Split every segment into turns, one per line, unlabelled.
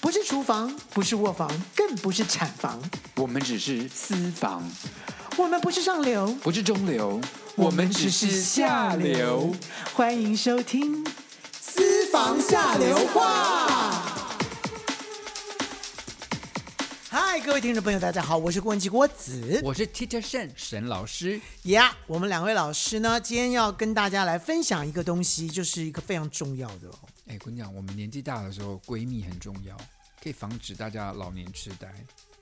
不是厨房，不是卧房，更不是产房，
我们只是私房，
我们不是上流，
不是中流，我们只是下流。。
欢迎收听《私房下流话》。嗨，各位听众朋友，大家好，我是郭文琪郭子。
我是 Teacher Shen 沈老师，
呀我们两位老师呢，今天要跟大家来分享一个东西，就是一个非常重要的哦。
哎，我跟你讲，我们年纪大的时候，闺蜜很重要，可以防止大家老年痴呆。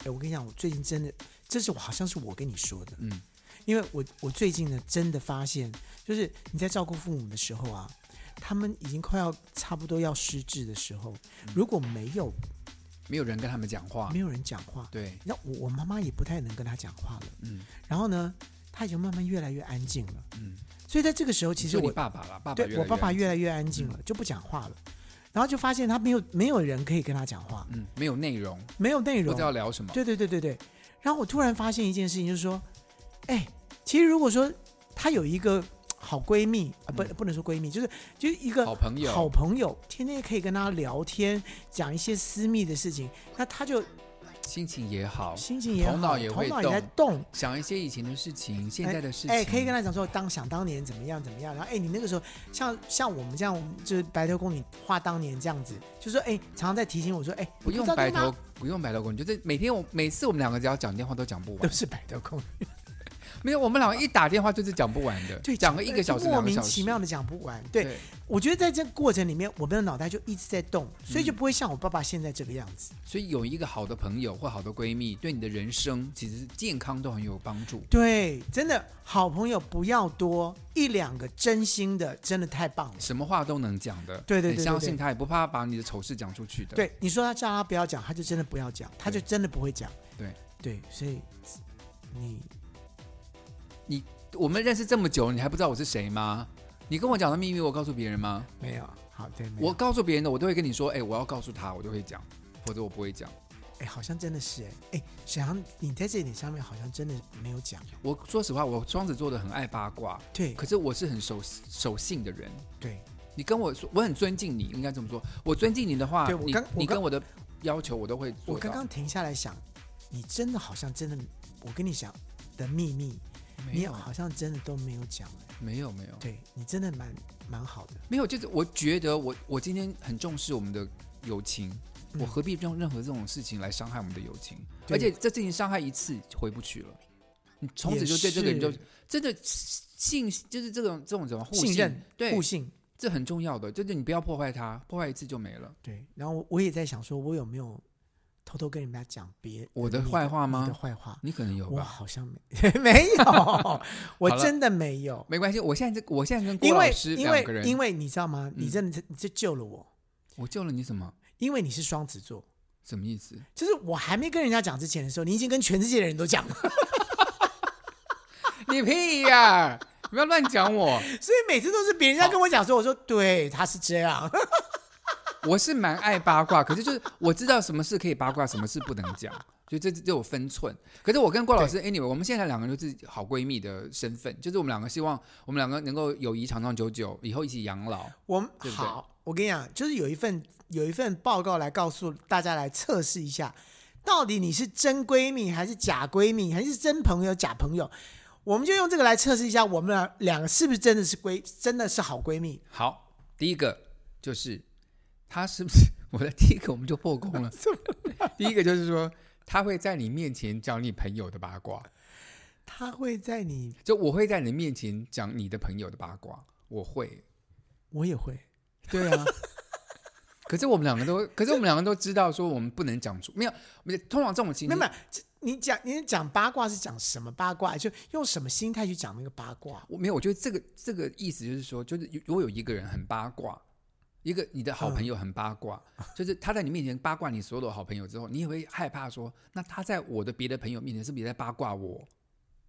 哎，我跟你讲，我最近真的，这是我好像是我跟你说的，
嗯，
因为我我最近呢，真的发现，就是你在照顾父母的时候啊，他们已经快要差不多要失智的时候，
嗯
如果没有
没有人跟他们讲话
没，有人讲话，
对，
那我我妈妈也不太能跟她讲话了，
嗯
然后呢，她已经慢慢越来越安静了，
嗯，
所以在这个时候，其
其
实我
你爸爸啦，爸爸
对我爸爸
越嗯
越来越安静了，就不讲话了，然后就发现他没有没有人可以跟他讲话，
嗯没有内容，
没有内
不
容
知，道聊什么，
对对对对对。然后我突然发现一件事情，就是说，哎，其实如果说她有一个好闺蜜啊，不、
嗯
不能说闺蜜，就是就是一个
好朋友，
好朋友，天天可以跟她聊天，讲一些私密的事情，那她就
心情也好，
心情也好，
哦头脑也会
头脑也在动。
想一些以前的事情，现在的事情，
哎，可以跟她讲说，当想当年怎么样怎么样，然后哎，你那个时候像像我们这样，我们就是白头宫女画当年这样子，就说哎，常常在提醒我说，哎，
不
你
用
知道这
白
个吗
头，不用白头公主，就是每天我每次我们两个只要讲电话都讲不
都
完，
是白头宫女，
没有，我们两个一打电话就是讲不完的，
对，
讲个一个小时，
莫
两个
名
小
其
时，
妙的讲不完，对。我觉得在这个过程里面，我们的脑袋就一直在动，所以
嗯
就不会像我爸爸现在这个样子。
所以有一个好的朋友或好的闺蜜，对你的人生其实健康都很有帮助。
对，真的好朋友不要多，一两个真心的，真的太棒了。
什么话都能讲的，
对对对对
你相信他，也不怕把你的丑事讲出去的。，
对，你说他叫他不要讲，他就真的不要讲，他就真的不会讲。
对
对，所以你
我们认识这么久，你还不知道我是谁吗？你跟我讲的秘密，我告诉别人吗？
没有好，对，没有
我告诉别人的，我都会跟你说，哎，我要告诉他，我都会讲，否则我不会讲。
哎，好像真的是哎哎，沈阳，你在这点上面好像真的没有讲。
我说实话，我双子座的很爱八卦，
对
可是我是很守守信的人。
对，
你跟我说，我很尊敬你，应该这么说。我尊敬你的话，
对我
你
刚我
你
刚
跟我的要求，我都会做到。
我刚刚停下来想，你真的好像真的，我跟你讲的秘密，
没
你
有，啊
好像真的都没有讲哎。
没有，没有。
对你真的蛮蛮好的，
没有，就是我觉得我我今天很重视我们的友情，
嗯
我何必用任何这种事情来伤害我们的友情？
对
而且这事情伤害一次就回不去了，你从
也
此就对这个人就是真的信，就是这种这种什么互
信任
对
互，信。
这很重要的，就是你不要破坏它，破坏一次就没了。
对，然后我我也在想，说我有没有偷偷跟人家讲别
我的
你
坏话
你的
吗？
坏话，
你可能有
我
吧，
好像没 没有，我
好了
真的没有，
没关系，我现在这我现在跟郭
因
老
为
师
因
两个
为
人，
因为你知道吗？你
嗯
真的你这救了我，
我救了你什么？
因为你是双子座，
什么意思？
就是我还没跟人家讲之前的时候，你已经跟全世界的人都讲了，
你屁呀、不要乱讲我，
所以每次都是别人家
好
跟我讲说，我说对，他是这样，
我是蛮爱八卦，可是就是我知道什么事可以八卦，什么事不能讲，就这这有分寸。可是我跟郭老师，anyway，我们现在两个人就是好闺蜜的身份，就是我们两个希望我们两个能够友谊长长久久，以后一起养老。
我们
对不对
好，我跟你讲，就是有一份有一份报告来告诉大家来测试一下，到底你是真闺蜜还是假闺蜜，还是真朋友假朋友。我们就用这个来测试一下，我们俩两个是不是真的是闺，真的是好闺蜜？
好，第一个就是他是不 是我的第一个我们就破功 了。第一个就是说他会在你面前讲你朋友的八卦，
她会在你，
就我会在你面前讲你的朋友的八卦，我会。
我也会，
对啊。 可是我们两个都，可是我们两个都知道说我们不能讲出，没有，没有通常这种情
没有
形
没，有，这你讲你讲八卦是讲什么八卦？就用什么心态去讲那个八卦？
我没有，我觉得这个这个意思就是说，就是如果有一个人很八卦，一个你的好朋友很八卦，
嗯
就是他在你面前八卦你所有的好朋友之后，你也会害怕说，那他在我的别的朋友面前是不是也在八卦我？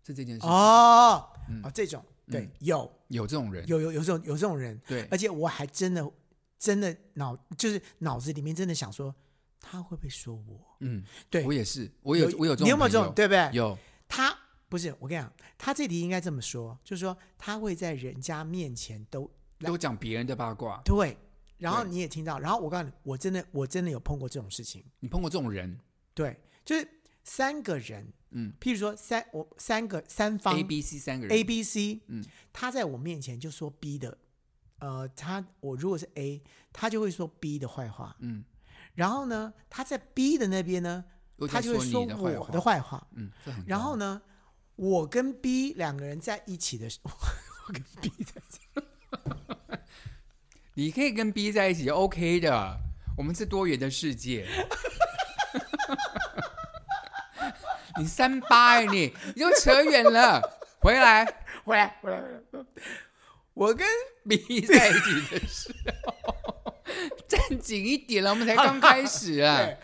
是这件事情，
哦，
嗯
哦，这种对、
嗯
有
有这种人，
有有哎有这种有这种人，
对
而且我还真的真的脑就是脑子里面真的想说，他会不会说我？
嗯，
对
我也是，我有我有这种朋友，
你有没有这种对不对？
有
他不是我跟你讲，他这题应该这么说，就是说他会在人家面前都
都讲别人的八卦，
对，然后
对
你也听到，然后我告诉你，我真的我真的有碰过这种事情，
你碰过这种人
对，就是三个人，
嗯，
譬如说三我三个三方
？A、B、C 三个人
A、B、C，
嗯，
他在我面前就说 B 的，呃，他我如果是 A，他就会说 B 的坏话，
嗯，
然后呢，他在 B 的那边呢，
又
他
在
就会
说
说
你的坏
我的
话，
坏话，
嗯，这很
然
糟
后呢，我跟 B 两个人在一起 的时候，
你可以跟 B 在一起，OK 的。我们是多元的世界。 你三八哎、你你又扯远了，回来
回来回来回来，我跟
B 在一起的时候， 站紧一点了，我们才刚开始啊
对。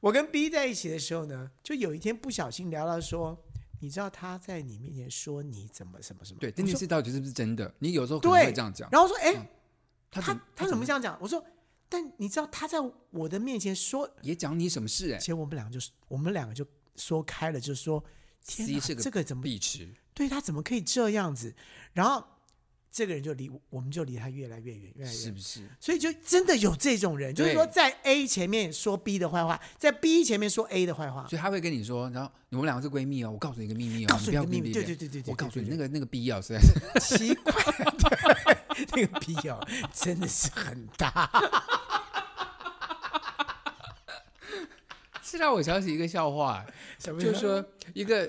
我跟 B 在一起的时候呢，就有一天不小心聊到说，你知道他在你面前说你怎么什么什么，
对，
我
这件
说
事到底是不是真的？你有时候可能
对
会这样讲。
然后我说，哎、
嗯他
他
怎么
他怎么
讲？
这样讲？我说，但你知道他在我的面前说，
也讲你什么事、哎
其实我们两个就是我们两个就说开了，就说天
，C
哪，
是个
这个怎么
碧池，
对他怎么可以这样子？然后这个人就离我们就离他越来越远，越来越
是
远。
不是？
所以就真的有这种人，就是
对
说在 A 前面说 B 的坏话，在 B 前面说 A 的坏话。
所以他会跟你说，然后你们两个是闺蜜哦，我告诉你一个秘密哦，
告诉
不
你
要
个秘
跟
密，
别
对
人
对对对对，
我告诉你，那
对
个那个必要实在是，
对奇怪，对那个必要真的是很大。
是让我想起一个 笑话，
小朋
就
友
是说一个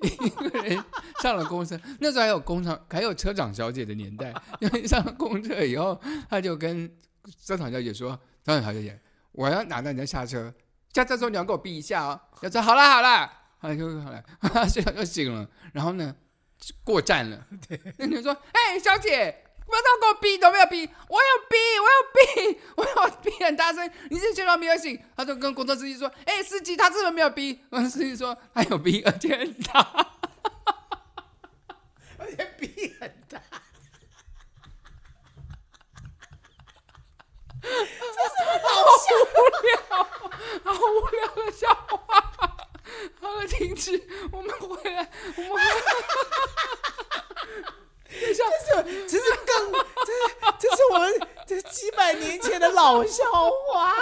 一个人上了公车，那时候还有工厂还有车长小姐的年代，因为上了公车以后，他就跟车长小姐说：“车长小姐，我要拿到你的下车，下车之后你要给我逼一下哦。”要说：“好啦好啦。”后来就后来， 睡着就醒了，然后呢过站了，那女人说：“哎、小姐。”不要给我逼，都没有逼，我有逼，我有逼，我有逼很大声，你是全都没有醒。他就跟工作司机说：“哎、司机，他真的没有逼。”然后司机说：“他有逼，而且很大。
而且逼很大。
好无聊的笑话。好了，停止，我们回来，我们回来。等一下，
这是更，这这是我们这几百年前的老笑话。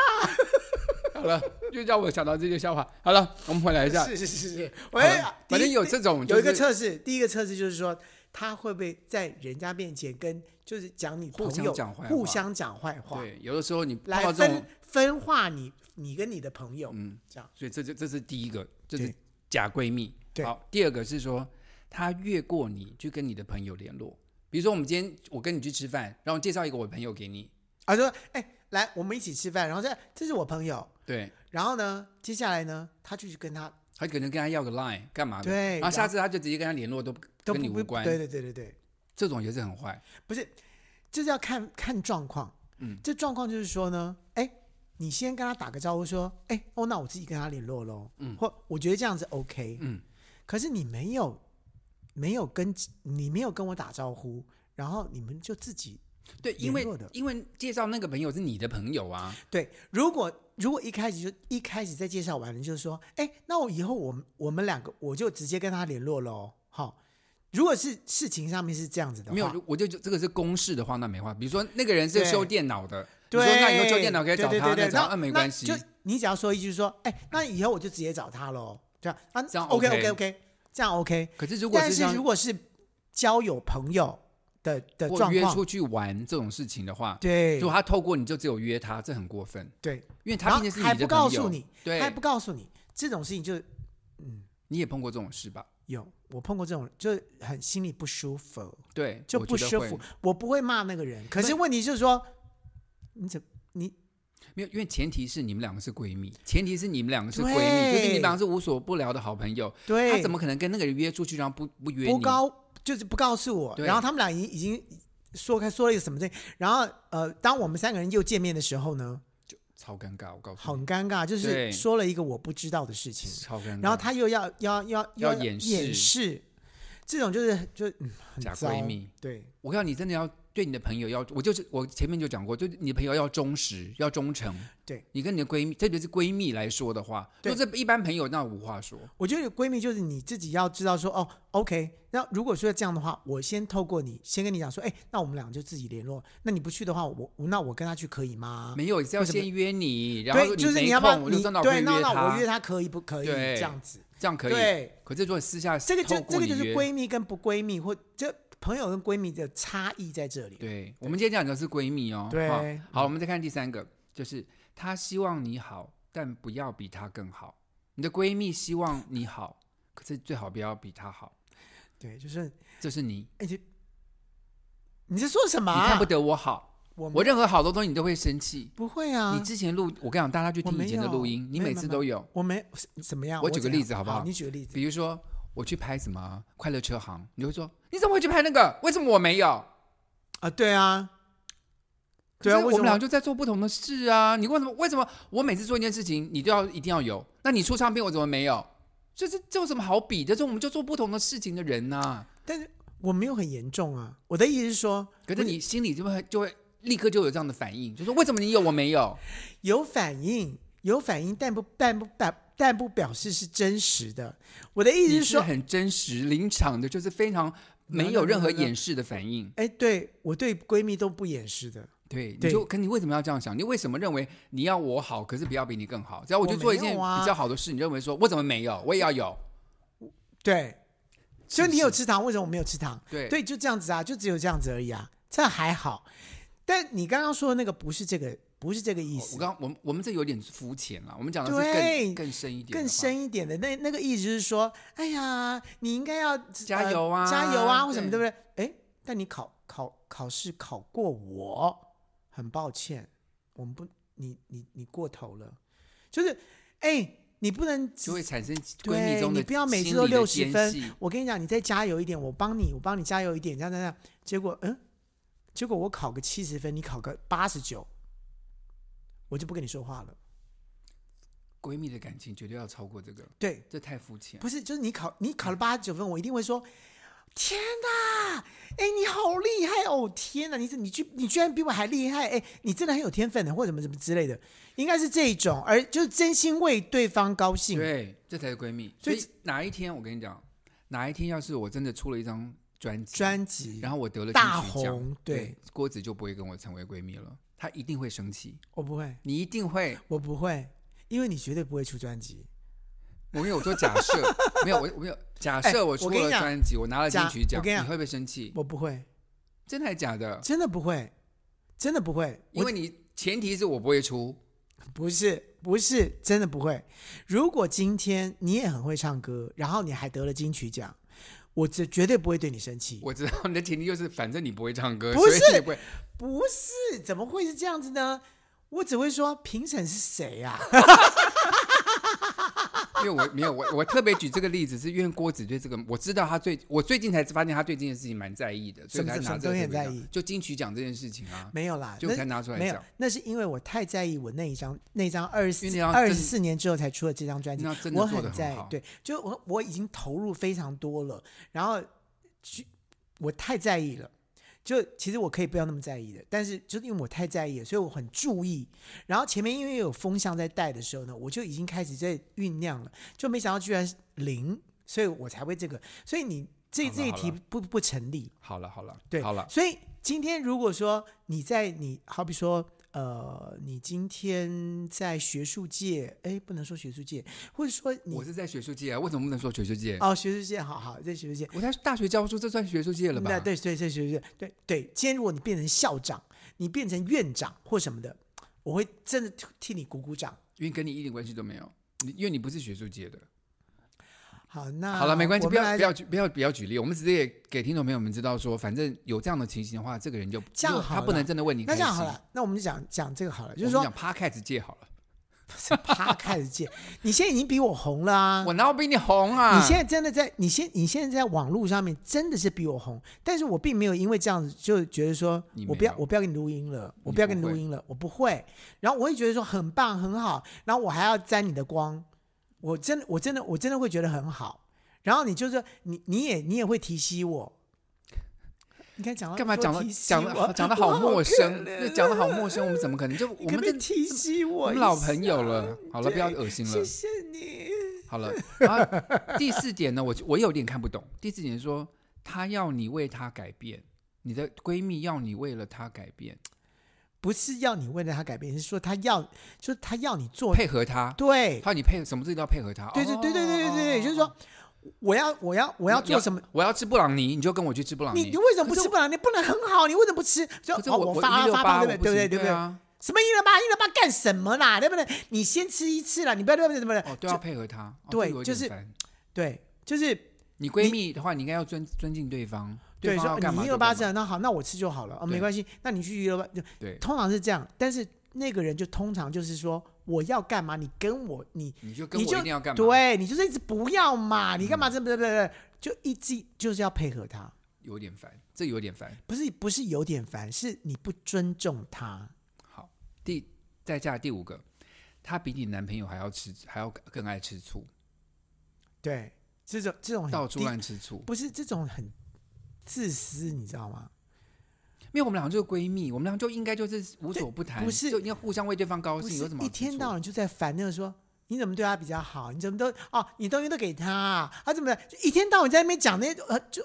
好了，就让我想到这个笑话。好了，我们回来一下。
是是是是，
好
我
了
也第
反正
一
有这种、就
有
是，
一个测试，第一个测试就是说他会不会在人家面前跟就是讲你朋
互相
友
讲坏话
互相讲坏话，
对，有的时候你碰
来
到这种
分，分化你你跟你的朋友，
嗯，
这样
所以这就这是第一个，这是
对
假闺蜜。
对
好，第二个是说她越过你去跟你的朋友联络，比如说我们今天我跟你去吃饭，然后介绍一个我朋友给你，
啊说哎来我们一起吃饭，然后这这是我朋友，
对，
然后呢接下来呢他就去跟他
她可能跟他要个 line 干嘛的，
对
然后
然
下
后
次他就直接跟他联络都
都不
跟你
不
无关，
对对对对对，
这种也是很坏，
不是就是要看看状况，
嗯，
这状况就是说呢，哎。你先跟他打个招呼，说：“哎，哦，那我自己跟他联络喽。”
嗯
或我觉得这样子 OK。
嗯，
可是你没有没有跟你没有跟我打招呼，然后你们就自己
对，因为
联络的
因为介绍那个朋友是你的朋友啊，
对。如果如果一开始就一开始在介绍完了，就是说，哎，那我以后我们我们两个我就直接跟他联络喽。好、如果是事情上面是这样子的话，
没有，如我就这个是公式的话，那没话。比如说那个人是
对
修电脑的，你
对，
说那以后修电脑可以找
对
他，
对对
那
对
找
那
他没
那
关系
就。你只要说一句说，哎，那以后我就直接找他喽，这样啊，
这样
OK
OK
OK OK，这样 OK。
可是如果
但是
像
如果是交友朋友的的
或
状
约
况，
出去玩这种事情的话，
对
如果他透过你就只有约他，这很过分，
对，
因为他
然
毕
后
竟是你
还
的
不
朋
告
友
诉你，
对，
还不告诉你这种事情就，嗯，
你也碰过这种事吧？
有我碰过这种，就很心里不舒服，
对，
就
我
不
觉得
舒
会
服。。我不会骂那个人，可
那
是问题就是说，你怎你
没有，因为前提是你们两个是闺蜜，前提是你们两个是闺蜜，
对
就是你们两个是无所不聊的好朋友。
对
他怎么可能跟那个人约出去，然后不不约
不
你？
告就是不告诉我？
对
然后他们俩已已经说开说了一个什么东西，然后呃，当我们三个人又见面的时候呢，
超尴尬，我告诉你
很，尴尬，就
对
是说了一个我不知道的事情，
超尴尬。
然后他又要要要
要
掩
掩饰
饰，这种就是就、嗯、很
假
糟
闺蜜，
对。
我告诉你，真的要对你的朋友要，我就是我前面就讲过，就是你的朋友要忠实，要忠诚。
对
你跟你的闺蜜，特别是闺蜜来说的话，
对
如果是一般朋友那无话说。
我觉得闺蜜就是你自己要知道说哦，OK，那如果说这样的话，我先透过你先跟你讲说，哎，那我们俩就自己联络。那你不去的话，我那我跟他去可以吗？
没有，是
啊
要
为什么
先约你，然后
对，就是
没
要不要
空我
你
就正好
对，那那我
他，
约他可以不可以？
对
这样子，
这样可以。
对，
可是如果私下
这个就
透
这
过
个
你
就是
约
闺蜜跟不闺蜜或这朋友跟闺蜜的差异在这里。
对，我们今天讲的是闺蜜哦。
对
哈好，我们再看第三个，就是她希望你好，但不要比她更好。你的闺蜜希望你好，可是最好不要比她好。
对，就是
这是你，
而且你在说什么啊？
你看不得我好，
我
我
我
任何好的东西你都会生气。
不会啊，
你之前录，我跟你讲，大家去
我
听以
没
前的录
有
音，你
没有
每
没
次
有
都有。
我没怎么样。
我
我
举个
怎样
例子好不好
你举个例子。
比如说我去拍什么快乐车行，你就会说你怎么会去拍那个？为什么我没有？
啊，对啊，对啊，
可
为
是我
什
们
么
俩就在做不同的事啊！你为什么为什么我每次做一件事情，你都要一定要有？那你出唱片我怎么没有？这这这有什么好比的？这我们就做不同的事情的人呐、
我没有很严重啊？我的意思是说，
可是你心里就会就会立刻就有这样的反应，就说为什么你有我没有？
有反应，有反应，但不但不但但不表示是真实的。我的意思
你是
说，
很真实临场的，就是非常没有任何掩饰的反应。
哎，对我对闺蜜都不掩饰的，
对，你
对
就可你为什么要这样想？你为什么认为你要我好，可是不要比你更好？只要我
我
去做一
没
件
有啊
比较好的事，你认为说我怎么没有？我也要有。
对。
是
就
不
你有
是
吃糖，为什么我没有吃糖？
对
对，就这样子啊，就只有这样子而已啊，这还好。但你刚刚说的那个不是这个，不是这个意
哦我
思。
我刚我们我们这有点肤浅了，我们讲的是更
对
更深一点，
更。深一点的那那个意思就是说，哎呀，你应该要
加油啊
呃加油啊，或什么，
对
对不对？哎，但你考考考试考过我，很抱歉，我们不，你你你过头了，就是，哎，你不能只
就会产生闺蜜
对
中的
你不要每次
心
都
理的
六十
间
分
隙，
我跟你讲，你再加油一点，我帮你，我帮你加油一点，这样这样，这样结果嗯，结果我考个七十分，你考个八十九，我就不跟你说话了。
闺蜜的感情绝对要超过这个，
对，
这太肤浅。
不是，就是你考你考了八十九分，我一定会说，天哪，哎，你好厉害哦！天哪，你你居你居然比我还厉害，哎，你真的很有天分的，或者怎么怎么之类的，应该是这种，而就是真心为对方高兴。
对，这才是闺蜜。
所
所
以
以哪一天我跟你讲，哪一天要是我真的出了一张专辑，
专辑，
然后我得了
大
金曲奖
红
对
对
郭子就不会跟我成为闺蜜了，她一定会生气，
我不会，
你一定会。
我不会，因为你绝对不会出专辑。
我没有我说假 设，没有我我没有假
哎
设我
我
出
跟你
了
讲
专辑，我拿了金
假
曲奖，
我跟你讲
会不会生气？
我不会，
真的还假的？
真的不会，真的不会。
因
我
为你前提是我不会出，
不是不是真的不会。如果今天你也很会唱歌，然后你还得了金曲奖，我这绝对不会对你生气。
我知道你的前提就是反正你不会唱歌，
不
所以
是
你不会。
不是，怎么会是这样子呢？我只会说评审是谁啊 呀、
因为我没有我我特别举这个例子，是因为郭子对这个我知道他最我最近才发现他对这件事情蛮在意的，所以才
什么
拿
什么
这
东西
个特别
很在
讲
意
就金曲奖这件事情啊，
没有啦，
就
那
才拿出来
没有
讲。，
那是因为我太在意我那一张那张二
因为
十
那张
二
真
十四年之后才出的这张专辑，
那真的
我
做的
在
很好。
对，就我我已经投入非常多了，然后去我太在意了。就其实我可以不要那么在意的，但是就是因为我太在意了，所以我很注意。然后前面因为有风向在带的时候呢，我就已经开始在酝酿了，就没想到居然是零，所以我才会这个。所以你这
好了
这一
好
题
了
不不成立，
好了好了，
对
好了，
所以今天如果说你在你好比说呃，你今天在学术界，哎，不能说学术界，或者说你
我是在学术界啊，为什么不能说学术界？
哦，学术界，好好，在学术界，
我在大学教书，这算学术界了吧？
嗯那对对对学术界，对对，今天如果你变成校长，你变成院长或什么的，我会真的替你鼓鼓掌。
因为跟你一点关系都没有，你因为你不是学术界的。
好，那
好了，没关
啊
系，
我
不
们
要
来
不要举不要不要举例，我们直接也给听众朋友们知道说，反正有这样的情形的话，这个人就
这样
就
好
他不
了
能真的问你
那
开心。
这样好了，那我们就讲讲这个好了，就
我
是说
们讲 podcast 界好了，
他开始见， 你现在已经比我红了啊，
我哪有比你红啊？
你现在真的在，你现你现在在网络上面真的是比我红，但是我并没有因为这样子就觉得说
你
我
没
不要
有
我不要跟你录音了，我
你
不要
不
跟你录
会
音了，我不会。然后我会觉得说很棒很好，然后我还要沾你的光，我真的我真的我真的会觉得很好。然后你就是你你也你也会提携我，你看讲到
干嘛
说
讲的
提
讲
醒我
的 讲的
我
好
可
陌生，
怜
对，讲的好陌生，我们怎么可能就我
你可不
们
可以
这
提醒我
我们
一
老
下
朋友了，好了，不要恶心了
谢，谢你。
好了。然后第四点呢，我就我有点看不懂。第四点说，她要你为她改变，你的闺蜜要你为了她改变，
不是要你为了他改变，是说他要，就是他要你做
配合她，
对，
她要你配什么事都要配合她。
对对对对对对对对，就是说我要我要我
我
要做什么？？
我要吃布朗尼，你就跟我去吃布朗
你
尼
你。为什么不
可是
吃不了？你不能很好，你为什么不吃？就
可是
哦
我
我发
一
了
六
发
八，
胖，
我
对不
不
对？对不对？对
行
不对？
啊，
什么一六八一六八干什么啦？对不对？你先吃一次啦，你不要对不对？对不对？
哦，都要配合她。哦
对
这个有点
就是
烦
对，就是
你闺蜜的话，你应该要尊尊敬对方，
对
方要
说
干嘛
你一
就
六八
干
这
嘛
样，那好，那我吃就好了啊，哦没
对
关系。那你去一六八，就
对，
通常是这样，但是那个人就通常就是说我要干嘛，你跟我你
你就跟我
你
一
就
定要干嘛？，嗯
对你就是一直不要嘛，你干嘛这么对不对？就一直就是要配合他，
有点烦，这有点烦。
不是不是有点烦，是你不尊重他。
好，第再嫁第五个，她比你男朋友还要吃，还要更爱吃醋，
对，这种这种很
到处
低
乱吃醋。
不是这种很自私，你知道吗？
因为我们俩就是闺蜜，我们俩就应该就是无所不谈，
不是
就应该互相为对方高
不
兴，
是
哦有什么好
一
吃
天
醋
到晚就在烦那个说。你怎么对他比较好？你怎么都哦？你东西都给他啊，他怎么的？就一天到晚在那边讲那些呃，就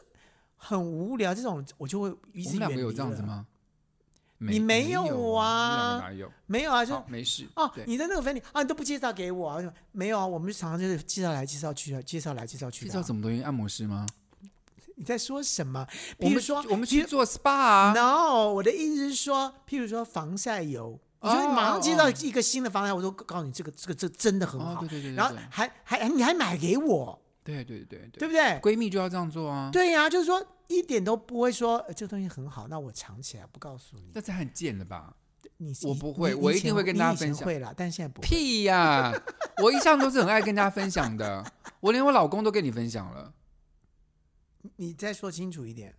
很无聊。这种我就会一直
我们两
远
个有
离
这样
了
子？吗？
你没
没
有
啊，我
啊
们两个哪有？
没有啊，就
好，没事
哦
对，
你的那个粉底啊，你都不介绍给我啊？没有啊，我们常常就是介绍来介绍去啊，介绍来介绍去
介
的啊、
绍什么东西？按摩师吗？
你在说什么？
我
比如
们
说
我们去做 SPA 啊，
，no，我的意思是说，譬如说防晒油，我说你马上接到一个新的防晒，我说告诉你这个这个这个真的很
哦，
好，
对对对，对
然后还还你还买给我，
对对对对
对不对？
闺蜜就要这样做啊，
对呀、就是说一点都不会说、呃这个东西很好，那我藏起来不告诉你。
那这很贱了吧？
你是
我
以
不会
你
我
以
一定
前
会跟
你
大家
以前
分享
会啦，但现在不会。
屁呀、 我一向都是很爱跟大家分享的，我连我老公都跟你分享了。
你再说清楚一点，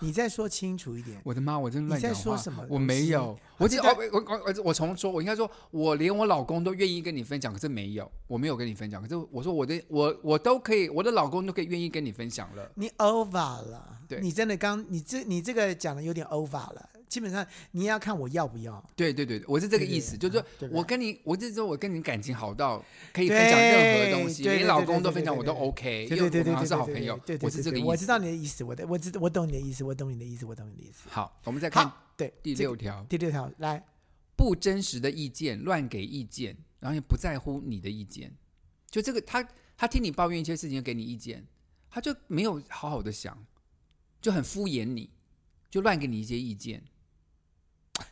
你再说清楚一点。
我的妈！我真乱讲话。
你在说什么
我没有，我
东
只
西
哦，我我我我重说，我应该说，我连我老公都愿意跟你分享，可是没有，我没有跟你分享。可是我说我的，我我都可以，我的老公都可以愿意跟你分享了。
你 over 了，
对
你真的刚你这你这个讲的有点 over 了，基本上你要看我要不要，
对对对，对我是这个
对对
意思，
对
就是说
啊对不对
我跟你，我就是说我跟你感情好到可以
对
分享任何东西，
对对
连
对
老
对
公
对
都
对
分享，
对
我都
对
OK，
对
因
对
为
对对
我们
对，
好像是好
对
朋友
对对，对
我是这个
对
意思。
我知道你的意思，我的我知我懂你的意思，我懂你的意思，我懂你的意思。
好，我们再看
好，对，
第
这个
六条，
第六条来，
不真实的意见，乱给意见，然后也不在乎你的意见。就这个，他他听你抱怨一些事情，给你意见，他就没有好好的想，就很敷衍你，就乱给你一些意见。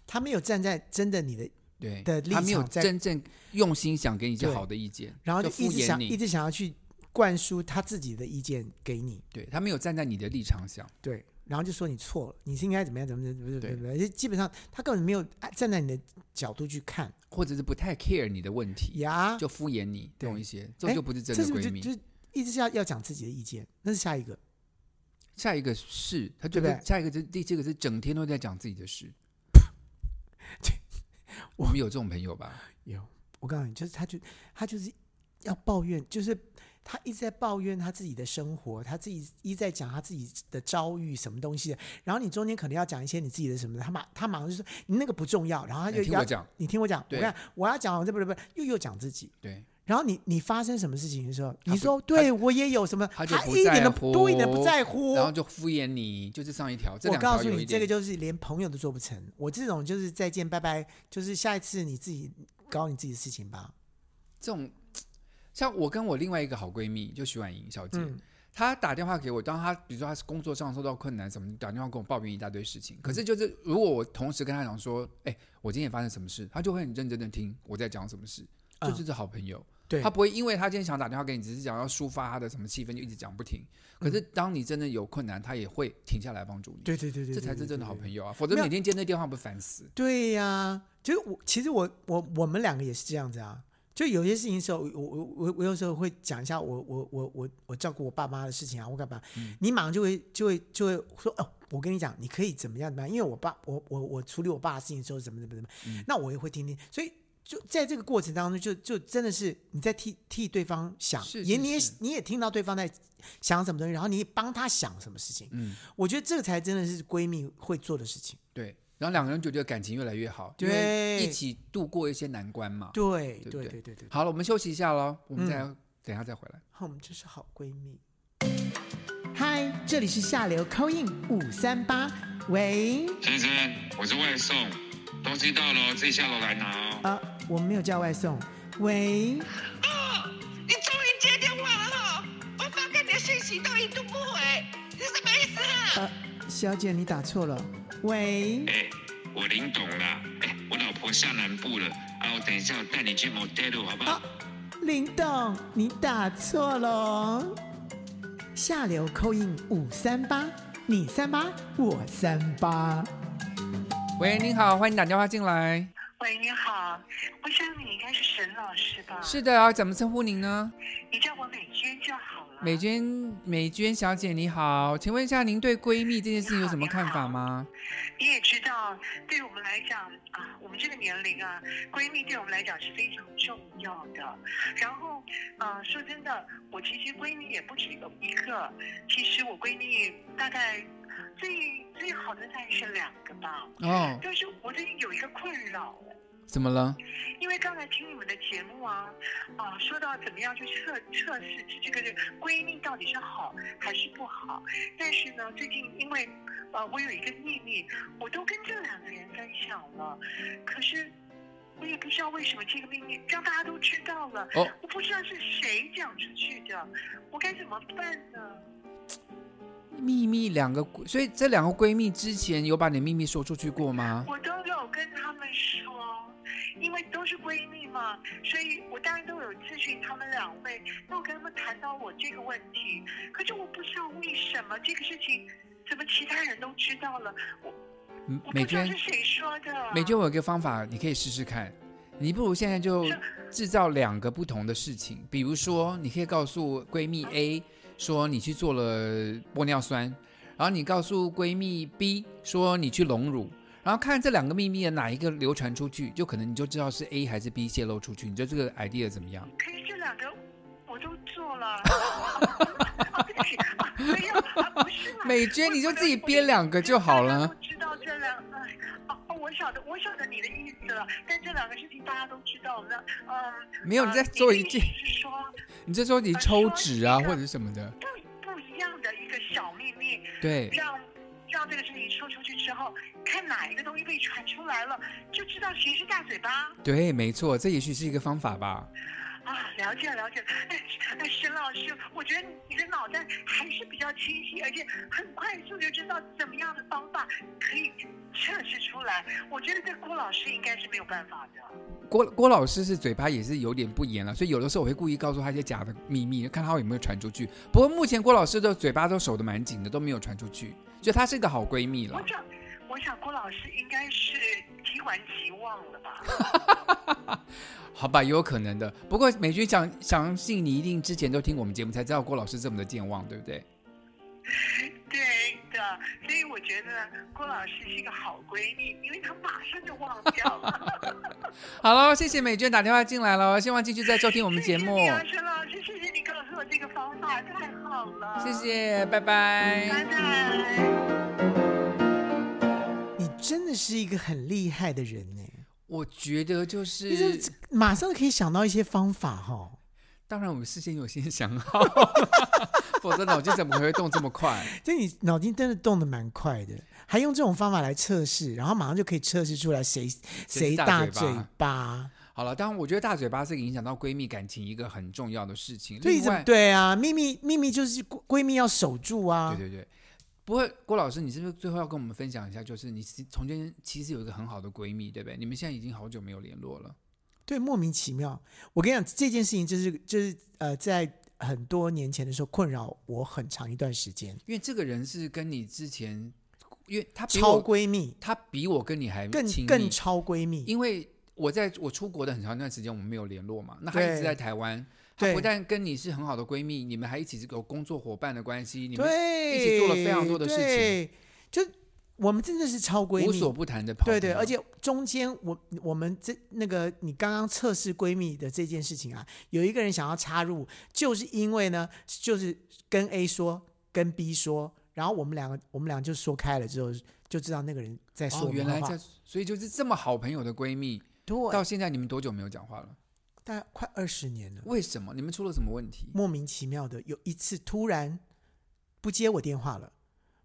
他没有站在真的你的，
对，
的立
他没有
场在
真正用心想给你一些
对
好的意见，
然后
就
就一
敷
直
衍
想一
你。
直想要去灌输他自己的意见给你，
对他没有站在你的立场想，
对，然后就说你错了，你是应该怎么样怎么怎么怎么怎么，就基本上他根本没有站在你的角度去看
或者是不太 care 你的问题，
呀，
就敷衍你，
对
懂一些，这
哎
就不是真
这
的
是不是就
闺蜜。
就是一直要要讲自己的意见？那是下一个。
下一个是，他
对
就
不
是
对
下一个就是第七个是整天都在讲自己 的事
这。
我们有这种朋友吧？
有，我告诉你，就是他就他就是要抱怨，就是他一直在抱怨他自己的生活，他自己一直在讲他自己的遭遇什么东西的。然后你中间可能要讲一些你自己的什么的，他马他马上就说你那个不重要，然后他就
你听
要
我讲，
你听我讲，我
对
看我要讲，我这不是不是又又讲自己。
对，
然后你你发生什么事情的时候，
不
你说对我也有什么，
他就不
一点
在
都多一点都
乎
不在乎，
然后就敷衍你，就是上一条，这
我
两
告
条
诉
有
你，
一
这个
点，
就是连朋友都做不成。我这种就是再见拜拜，就是下一次你自己搞你自己的事情吧。
这种，像我跟我另外一个好闺蜜，就徐婉莹小姐，
嗯，
她打电话给我，当她比如说她是工作上受到困难什么，打电话跟我抱怨一大堆事情。
嗯
可是就是如果我同时跟她讲说，哎、我今天也发生什么事，她就会很认真的听我在讲什么事，这
嗯
就是好朋友。
对
他，不会因为他今天想打电话给你，只是想要抒发他的什么气氛，就一直讲不停。可是当你真的有困难，他也会停下来帮助你。
嗯对对对对，
这才
对
是真
对
的好
对
朋友啊！否则
没有
每天接那电话不烦死？
对呀、就是我，其实我我我们两个也是这样子啊。就有些事情的时候，我我我我有时候会讲一下我我我我我照顾我爸妈的事情啊，我干嘛？
嗯
你马上就会就会就会说哦，我跟你讲，你
嗯
可以怎么样怎么样，因为我爸我我我处理我爸的事情的时候怎么怎么怎么，那我也会听听，所以就在这个过程当中就，就真的是你在替替对方想，
是
也
是
你也
是
你也听到对方在想什么东西，然后你也帮他想什么事情。
嗯，
我觉得这才真的是闺蜜会做的事情。
对。然后两个人就觉得感情越来越好，因
对
为一起度过一些难关嘛。
对
哦对
对
不对
对对对，
好了，我们休息一下喽，我们
嗯
再、等一下再回来。
我们真是好闺蜜。嗨，这里是下流 c in 五三八，喂，
先生，我是外送，东西到了哦自己下楼来拿哦。
呃，我们没有叫外送，喂，
哦，你终于接电话了哈、我发给你的信息都一度不回，是什么意思啊？
呃，小姐你打错了，喂，
哎、我林董啦，哎、我老婆下南部了，啊，我等一下我带你去 motel 好不好？
啊林董你打错了哦，下流 c in 五三八，你三八我三八，
喂，您好，欢迎打电话进来。
喂，你好，我想你应该是沈老师吧？
是的啊，怎么称呼您呢？
你叫我美娟就好了。
美娟，美娟小姐你好，请问一下您对闺蜜这件事情有什么看法吗？
你也知道，对于我们来讲啊，我们这个年龄啊，闺蜜对我们来讲是非常重要的。然后，呃，说真的，我其实闺蜜也不止有一个，其实我闺蜜大概呃最最好的大概是两个吧。
哦，
但是我最近有一个困扰，
怎么了？
因为刚才听你们的节目啊，啊，说到怎么样去测测试这个闺蜜到底是好还是不好，但是呢，最近因为呃，我有一个秘密，我都跟这两个人分享了，可是我也不知道为什么这个秘密让大家都知道了，
哦
我不知道是谁讲出去的，我该怎么办呢？
秘密两个，所以这两个闺蜜之前有把你的秘密说出去过 吗？
我都有跟他们说，因为都是闺蜜嘛，所以我当然都有咨询他们两位。那我跟他们谈到我这个问题，可是我不知道为什么这个事情，怎么其他人都知道了，我
嗯
我
美
不知道
娟
是，谁说的。
美娟，我有一个方法，你可以试试看。你不如现在就制造两个不同的事情，比如说，你可以告诉闺蜜 A 说你去做了玻尿酸，然后你告诉闺蜜 B 说你去隆乳，然后看这两个秘密的哪一个流传出去，就可能你就知道是 A 还是 B 泄露出去。你觉得这个 idea 怎么样？
可是这两个我都 做了。啊对不起啊没有啊不是啦
美娟
我
你就
我的
自己
我
编
的
两个就好了
大家都知道这两个，哦、哦我晓得，我晓得你的意思了。但这两个事情大家都知道了，嗯，
没有，你
呃
再做一
个
件，
是说
你这时候你抽纸啊或者是什么的，
不不一样的一个小秘密，
对。
让让这个事情说出去之后，看哪一个东西被传出来了，就知道谁是大嘴巴
对，没错，这也许是一个方法吧。
啊！了解了解，哎，哎沈老师，我觉得你的脑袋还是比较清晰，而且很快速就知道怎么样的方法可以测试出来。我觉得这郭老师应该是没有办法的。
郭郭老师是嘴巴也是有点不严了，所以有的时候我会故意告诉他一些假的秘密，看他有没有传出去。不过目前郭老师的嘴巴都守得蛮紧的，都没有传出去，所以她是一个好闺蜜了
我。想，我想郭老师应该是提完即忘了吧。
好吧，有可能的。不过美君相相信你一定之前都听我们节目才知道郭老师这么的健忘，对不对？
对的，所以我觉得郭老师是一个好闺蜜，因为她马上就忘掉了。
好了，谢谢美娟打电话进来了，希望继续再收听 我
我
们节目，
沈老师，谢谢你告诉我这个方法，太好了，
谢，谢，拜拜。
拜拜。
你真的是一个很厉害的人呢、
我觉得就
你这
是，
马上可以想到一些方法哈、哦。
当然我们事先有先想好， 否则脑筋怎么可能会动这么快？
这你脑筋真的动得蛮快的，还用这种方法来测试，然后马上就可以测试出来谁谁
是
大
大
嘴
嘴巴
巴。
好了，当然，我觉得大嘴巴是影响到闺蜜感情一个很重要的事情。
所以
另
怎么
外，
对啊？秘密秘密就是闺闺蜜要守住啊。
对对对不过郭老师，你是不是最后要跟我们分享一下？就是你其从前其实有一个很好的闺蜜，对不对？你们现在已经好久没有联络了。
对莫名其妙。我跟你讲这件事情，就是就是呃，在很多年前的时候困扰我很长一段时间，
因为这个人是跟你之前，因为她比
超
我，
闺蜜
她比我跟你还
更
亲密
更超闺蜜。
因为我在我出国的很长一段时间，我们没有联络嘛。那她一直
对
在台湾，
对
她不但跟你是很好的闺蜜，你们还一起有工作伙伴的关系，你们
对，
一起做了非常多的事情
对。就我们真的是超闺蜜，
无所不谈的跑步，
对对，而且中间我我们这那个你刚刚测试闺蜜的这件事情啊，有一个人想要插入，就是因为呢，就是跟 A 说，跟 B 说，然后我们两个我们俩就说开了之后，就知道那个人在说
哦，
我们
原
坏
来
话、
在，所以就是这么好朋友的闺蜜，到
对，
现在你们多久没有讲话了？
大概快二十年了，
为什么？你们出了什么问题？
莫名其妙的有一次突然不接我电话了，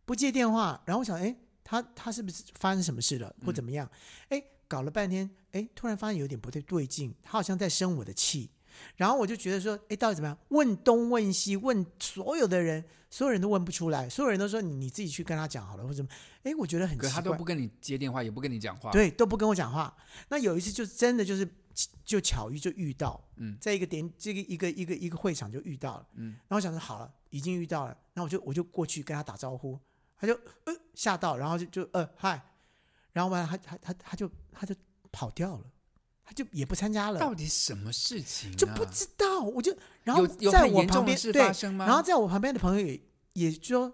不接电话，然后我想，哎，他他是不是发生什么事了，
嗯
或怎么样？哎、搞了半天，哎，突然发现有点不太对劲，他好像在生我的气。然后我就觉得说，哎，到底怎么样？问东问西，问所有的人，所有人都问不出来，所有人都说你你自己去跟他讲好了，或者什么？哎，我觉得很奇
可
怪，
是他都不跟你接电话，也不跟你讲话。，
对，都不跟我讲话。那有一次就真的就是就巧遇就遇到，
嗯
在一个点这个一个一个一个会场就遇到了，
嗯
然后我想说好了，已经遇到了，那我就我就过去跟他打招呼，他就呃吓到，然后就就呃嗨，然后完了他他他他就他就跑掉了，他就也不参加了，
到底什么事情、啊？
就不知道，我就然后
有有
在
很
我
严
旁
重的
边
事
对
发生吗
然后在我旁边的朋友也也说。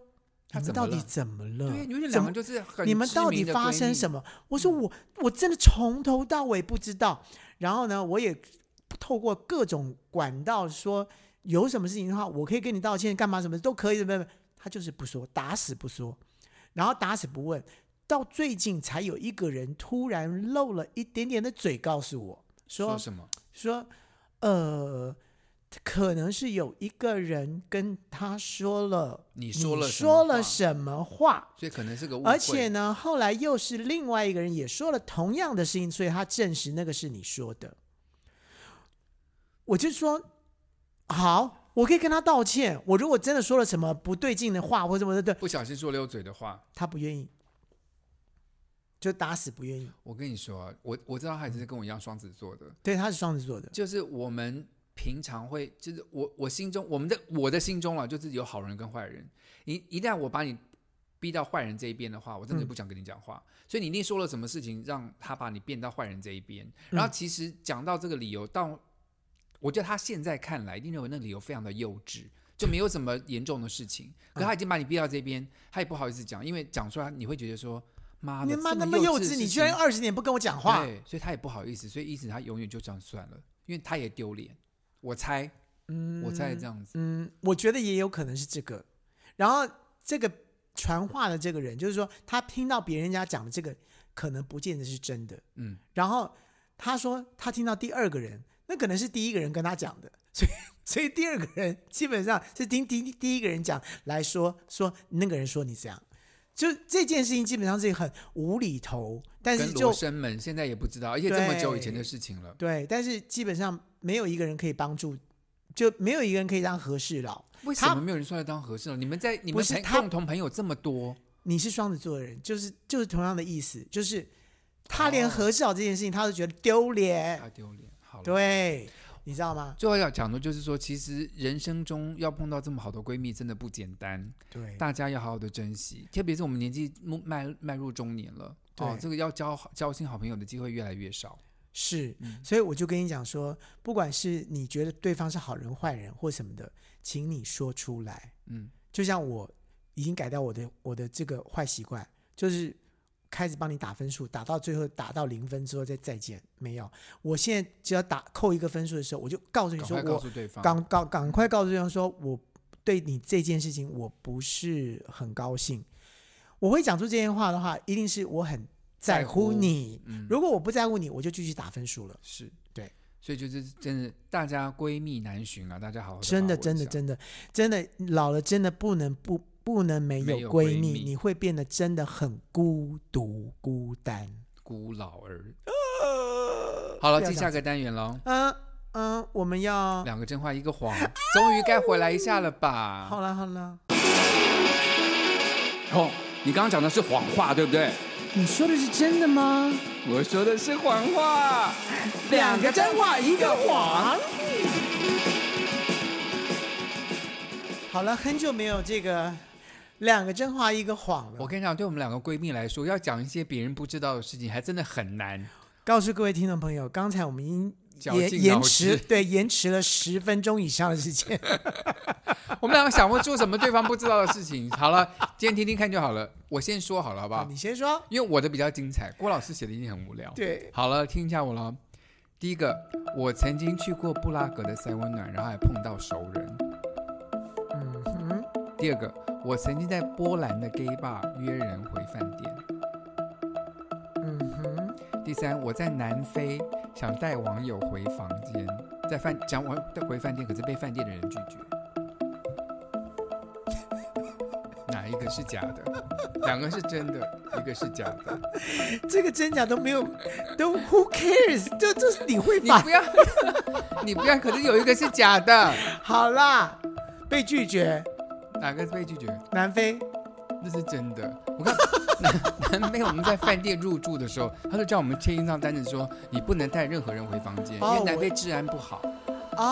他
你们
怎
到
么
底
了
怎么了？
对，因为
怎
两
么
个就是很
你们
知
到
名
底
的
发
闺
生
蜜嗯
什？么？我说我我真的从头到尾不知道。然后呢，我也透过各种管道说，有什么事情的话，我可以跟你道歉，干嘛什么都可以，怎么怎么他就是不说，打死不说，然后打死不问。到最近才有一个人突然露了一点点的嘴，告诉我
说
说
什么？
说，呃，可能是有一个人跟他说了，
你说了什么
说了
话
什么话？
所以可能是个误会。
而且呢，后来又是另外一个人也说了同样的事情，所以他证实那个是你说的。我就说好，我可以跟他道歉。我如果真的说了什么不对劲的话或什么的，对
不小心说溜嘴的话，
他不愿意，就打死不愿意。
我跟你说啊，我我知道他
嗯
也是跟我一样双子座的，
对，他是双子座的，
就是我们平常会，就是我我心中我们的我的心中啊，就是有好人跟坏人。一一旦我把你逼到坏人这一边的话，我真的
嗯
不想跟你讲话。所以你一定说了什么事情，让他把你变到坏人这一边。
嗯
然后其实讲到这个理由，到我觉得他现在看来，一定认为那个理由非常的幼稚。就没有什么严重的事情，可
嗯
他已经把你逼到这边，他也不好意思讲，因为讲出来你会觉得说，妈
你
的，
妈
这
那
么
么幼
的
稚，
事
你居然
情
二十年不跟我讲话，
对，所以他也不好意思，所以因此他永远就这样算了，因为他也丢脸。我猜，
嗯
我猜这样子，
嗯，我觉得也有可能是这个。然后这个传话的这个人，就是说他听到别人家讲的这个，可能不见得是真的。
嗯，
然后他说他听到第二个人，那可能是第一个人跟他讲的，所以所以第二个人基本上是听第第第一个人讲来说说那个人说你这样，就这件事情基本上是很无厘头，但是
跟罗
就
生门现在也不知道，而且这么久以前的
对
事情了。
对，但是基本上没有一个人可以帮助，就没有一个人可以当和事佬。
为什
他
么没有人出来当和事呢？你们在你
不
们
是
朋
他
共同朋友这么多，
你是双子座的人，就是就是同样的意思，就是他连
哦啊
和事佬这件事情他都觉得丢脸，
太丢脸。好了，
对，你知道吗？
最后要讲的就是说，其实人生中要碰到这么好的闺蜜真的不简单，
对
大家要好好的珍惜，特别是我们年纪迈迈迈入中年了，哦
对，
这个要交好交新好朋友的机会越来越少。
是，
嗯
所以我就跟你讲说，不管是你觉得对方是好人、坏人或什么的，请你说出来。
嗯，
就像我已经改掉我的我的这个坏习惯，就是开始帮你打分数，打到最后打到零分之后再再见。没有，我现在只要打扣一个分数的时候，我就告诉你
赶
说
快告
我
诉对方，
赶赶赶快告诉对方说，我对你这件事情我不是很高兴。我会讲出这些话的话，一定是我很在
在乎
乎你。
嗯
如果我不在乎你，我就继续打分数了。
是
对，
所以就是真的，大家闺蜜难寻啊，大家好好地
真的，
把握一
真的，
下
真的，真的老了，真的不能不不能没
没
有
有
闺
闺
蜜，
蜜
你会变得真的很孤独、孤单。
孤老儿。好了，
不要
进
这
下
样
个单元喽。
嗯嗯，我们要
两个真话一个谎，终于该回来一下了吧？
好了好了，
哦，你刚刚讲的是谎话，对不对？
你说的是真的吗？
我说的是谎话，两个真话一个谎。
好了，很久没有这个两个真话一个谎了。
我跟你讲，对我们两个闺蜜来说，要讲一些别人不知道的事情，还真的很难。
告诉各位听众朋友，刚才我们已
绞
经延
尽
延
脑
迟，
汁
对，延迟了十分钟以上的时间。
我们两个想不出什么对方不知道的事情。好了，今天听听看就好了。我先说好了，好不好？
你先说，
因为我的比较精彩，郭老师写的一定很无聊。
对，
好了，听一下我了。第一个，我曾经去过布拉格的塞温暖，然后还碰到熟人。
嗯哼，
第二个，我曾经在波兰的 gay bar 约人回饭店。
嗯哼，
第三，我在南非想带网友回房间，在饭想我回饭店，可是被饭店的人拒绝。哪一个是假的？两个是真的，一个是假的。
这个真假都没有，都 who cares？这这是你会
你
吧
不？要， 你不要，可是有一个是假的，
好啦，被拒绝，
哪个被拒绝？
南非，
那是真的。我看南南非，我们在饭店入住的时候，他就叫我们签一张单子说，你不能带任何人回房间，因
哦
为南
我
非治安不好。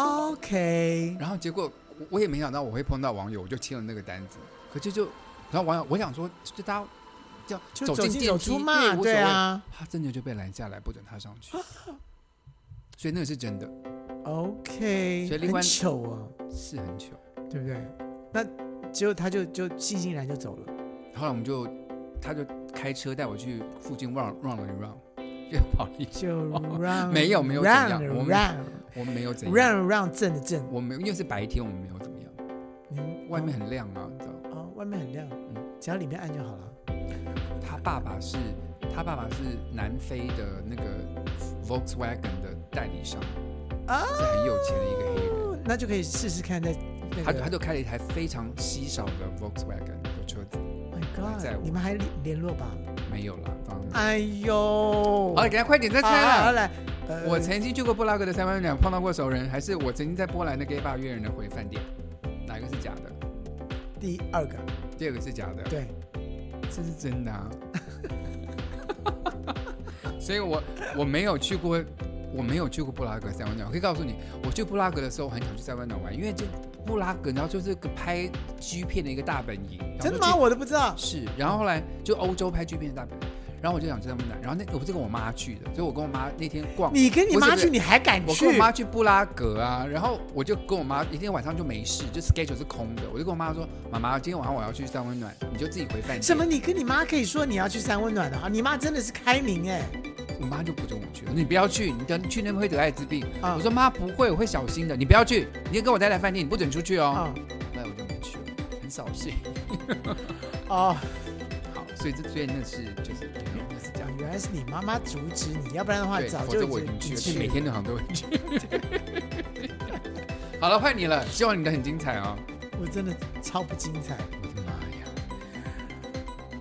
OK，
然后结果我我也没想到我会碰到网友，我就签了那个单子。可是就然后网友，我想说，就就大家叫
就
走
走
进
进
电
走
梯
出嘛，
对无
对
所谓
啊
他真的就被拦下来，不准他上 去。所以那个是真的，
啊，OK，
所以另外
很糗哦，
是很糗。
对不对？那结果他就就悻悻然就走了。
后来我们就，他就开车带我去附近 run run 了一 run，就跑了一圈。
就让
哦没有没有怎
让
样我们
让
我们没有怎样，
让让正的正，
我们因为是白天，我们没有怎么样。
嗯
外面很亮啊，你知道。
哦，外面很亮，
嗯
只要里面暗就好了。
他爸爸是，他爸爸是南非的那个 Volkswagen 的代理商，
啊
是很有钱的一个黑人。
哦那就可以试试看，在那
他
个
他就开了一台非常稀少的 Volkswagen 的车子，
，Oh My
在我
God，你们还联联络吧？
没有啦，当然。
哎呦，
好了，给他快点哦再
好了好
猜了。啊
了，呃
我曾经去过布拉格的三温暖，碰到过熟人，还是我曾经在波兰的 gay bar 约人的回饭店，哪一个是假的？
第二个，
第二个是假的，
对，
这是真的啊。 所以我我没有去过，我没有去过布拉格塞温暖。我可以告诉你，我去布拉格的时候很想去塞温暖玩，因为这布拉格，然后就是个拍 G 片的一个大本营。然后
真的
就
吗？我都不知道。
是，然后后来就欧洲拍 G 片的大本营，然后我就想去他们那，然后那我是跟我妈去的，所以我跟我妈那天逛，
你跟你
不是
妈去，
不是
你还敢
我
去？
跟我妈去布拉格啊，然后我就跟我妈一天晚上就没事，就 schedule 是空的，我就跟我妈说，妈妈，今天晚上我要去三温暖，你就自己回饭店。
什么？？你跟你妈可以说你要去三温暖的哈？你妈真的是开明哎，
我妈就不准我去，你不要去，你等去那边会得艾滋病。
啊
我说妈不会，我会小心的，你不要去，你就跟我待在饭店，你不准出去
哦
哦。后来我就没去了，很扫兴。
哦，
好，所以这所以那是就是那是这样。
原来是你妈妈阻止你，要不然的话
对，
早
否
就
则我已经去
经
了，每天都好像都会去。 好了，换你了，希望你的很精彩哦。
我真的超不精彩。
我的妈呀！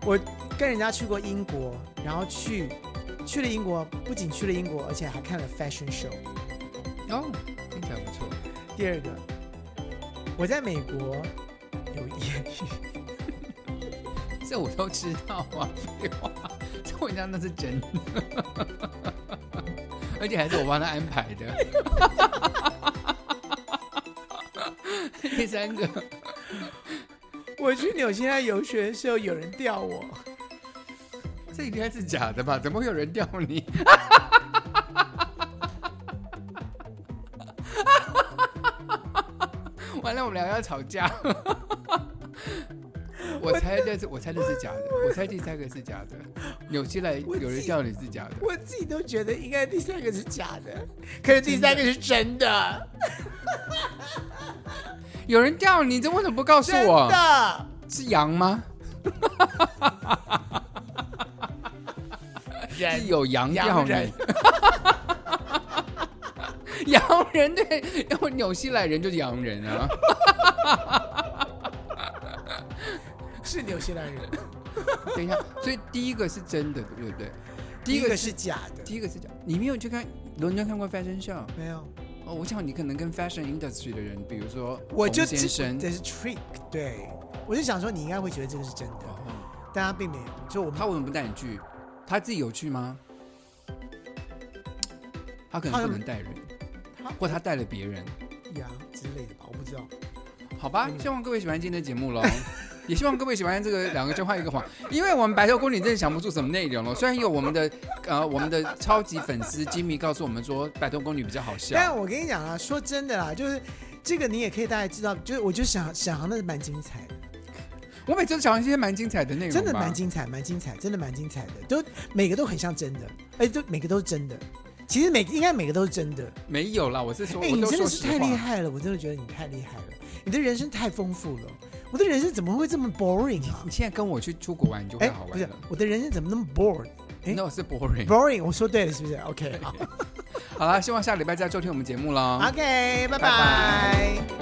我跟人家去过英国，然后去去了英国，不仅去了英国，而且还看了 fashion show。
哦，听起来不错。
第二个，我在美国有艳遇，
这我都知道啊，废话，这我知道那是真的，而且还是我帮他安排的。第三个，
我去纽西兰游学的时候，有人钓我。
这应该是假的吧？怎么会有人钓你？ 完了，我们俩要吵架。我猜的是，我猜的是假的，我猜第三个是假的。纽西兰
我
有人
记
钓你是假的，
我自己都觉得应该第三个是假的，可是第三个是真的，
有人钓你，这为什么不告诉
真
我？
的。
是羊吗？
人
是有羊钓
洋
你
人。
洋人对，因为纽西兰人就是洋人啊。
是纽西兰人，
等一下，所以第一个是真的，对不对？
第
第一
一
个
个
是
是假的，
第一个是假，你没有去看伦敦看过 fashion show
没有，
哦？我想你可能跟 fashion industry 的人，比如说
我就
洪先
知
生，
这是 trick，对我就想说你应该会觉得这个是真的，
哦
但他并没有，就我们
他为什么不带你去？他自己有去吗？他可能不能带人
他，
或他带了别人。
呀之类的吧，我不知道。
好吧，
嗯
希望各位喜欢今天的节目喽， 也希望各位喜欢这个两个真话一个谎，因为我们白头宫女真的想不出什么内容了。虽然有我们的呃我们的超级粉丝 Jimmy 告诉我们说白头宫女比较好笑，
啊但我跟你讲啊，说真的啦，就是这个你也可以大概知道，就是我就想想航的蛮精彩的，
我每次都讲一些蛮精彩的内容，
真的蛮。精彩，蛮精彩，真的蛮精彩的，都每个都很像真的，哎，都每个都是真的。其实每应该每个都是真的，
没有啦，我是说，
哎、
我
你
都
真的
说
是
实
太厉
话。
害了，我真的觉得你太厉害了，你的人生太丰富了，我的人生怎么会这么 boring 啊
你？现在跟我去出国玩，你就会
哎
好，
不
玩
是
了。，
我的人生怎么那么 bored？哎
那我是 boring。
boring，我说对了是不是？OK，好 啊
好啦，希望下礼拜再收听我们节目喽。
，OK，拜
拜
拜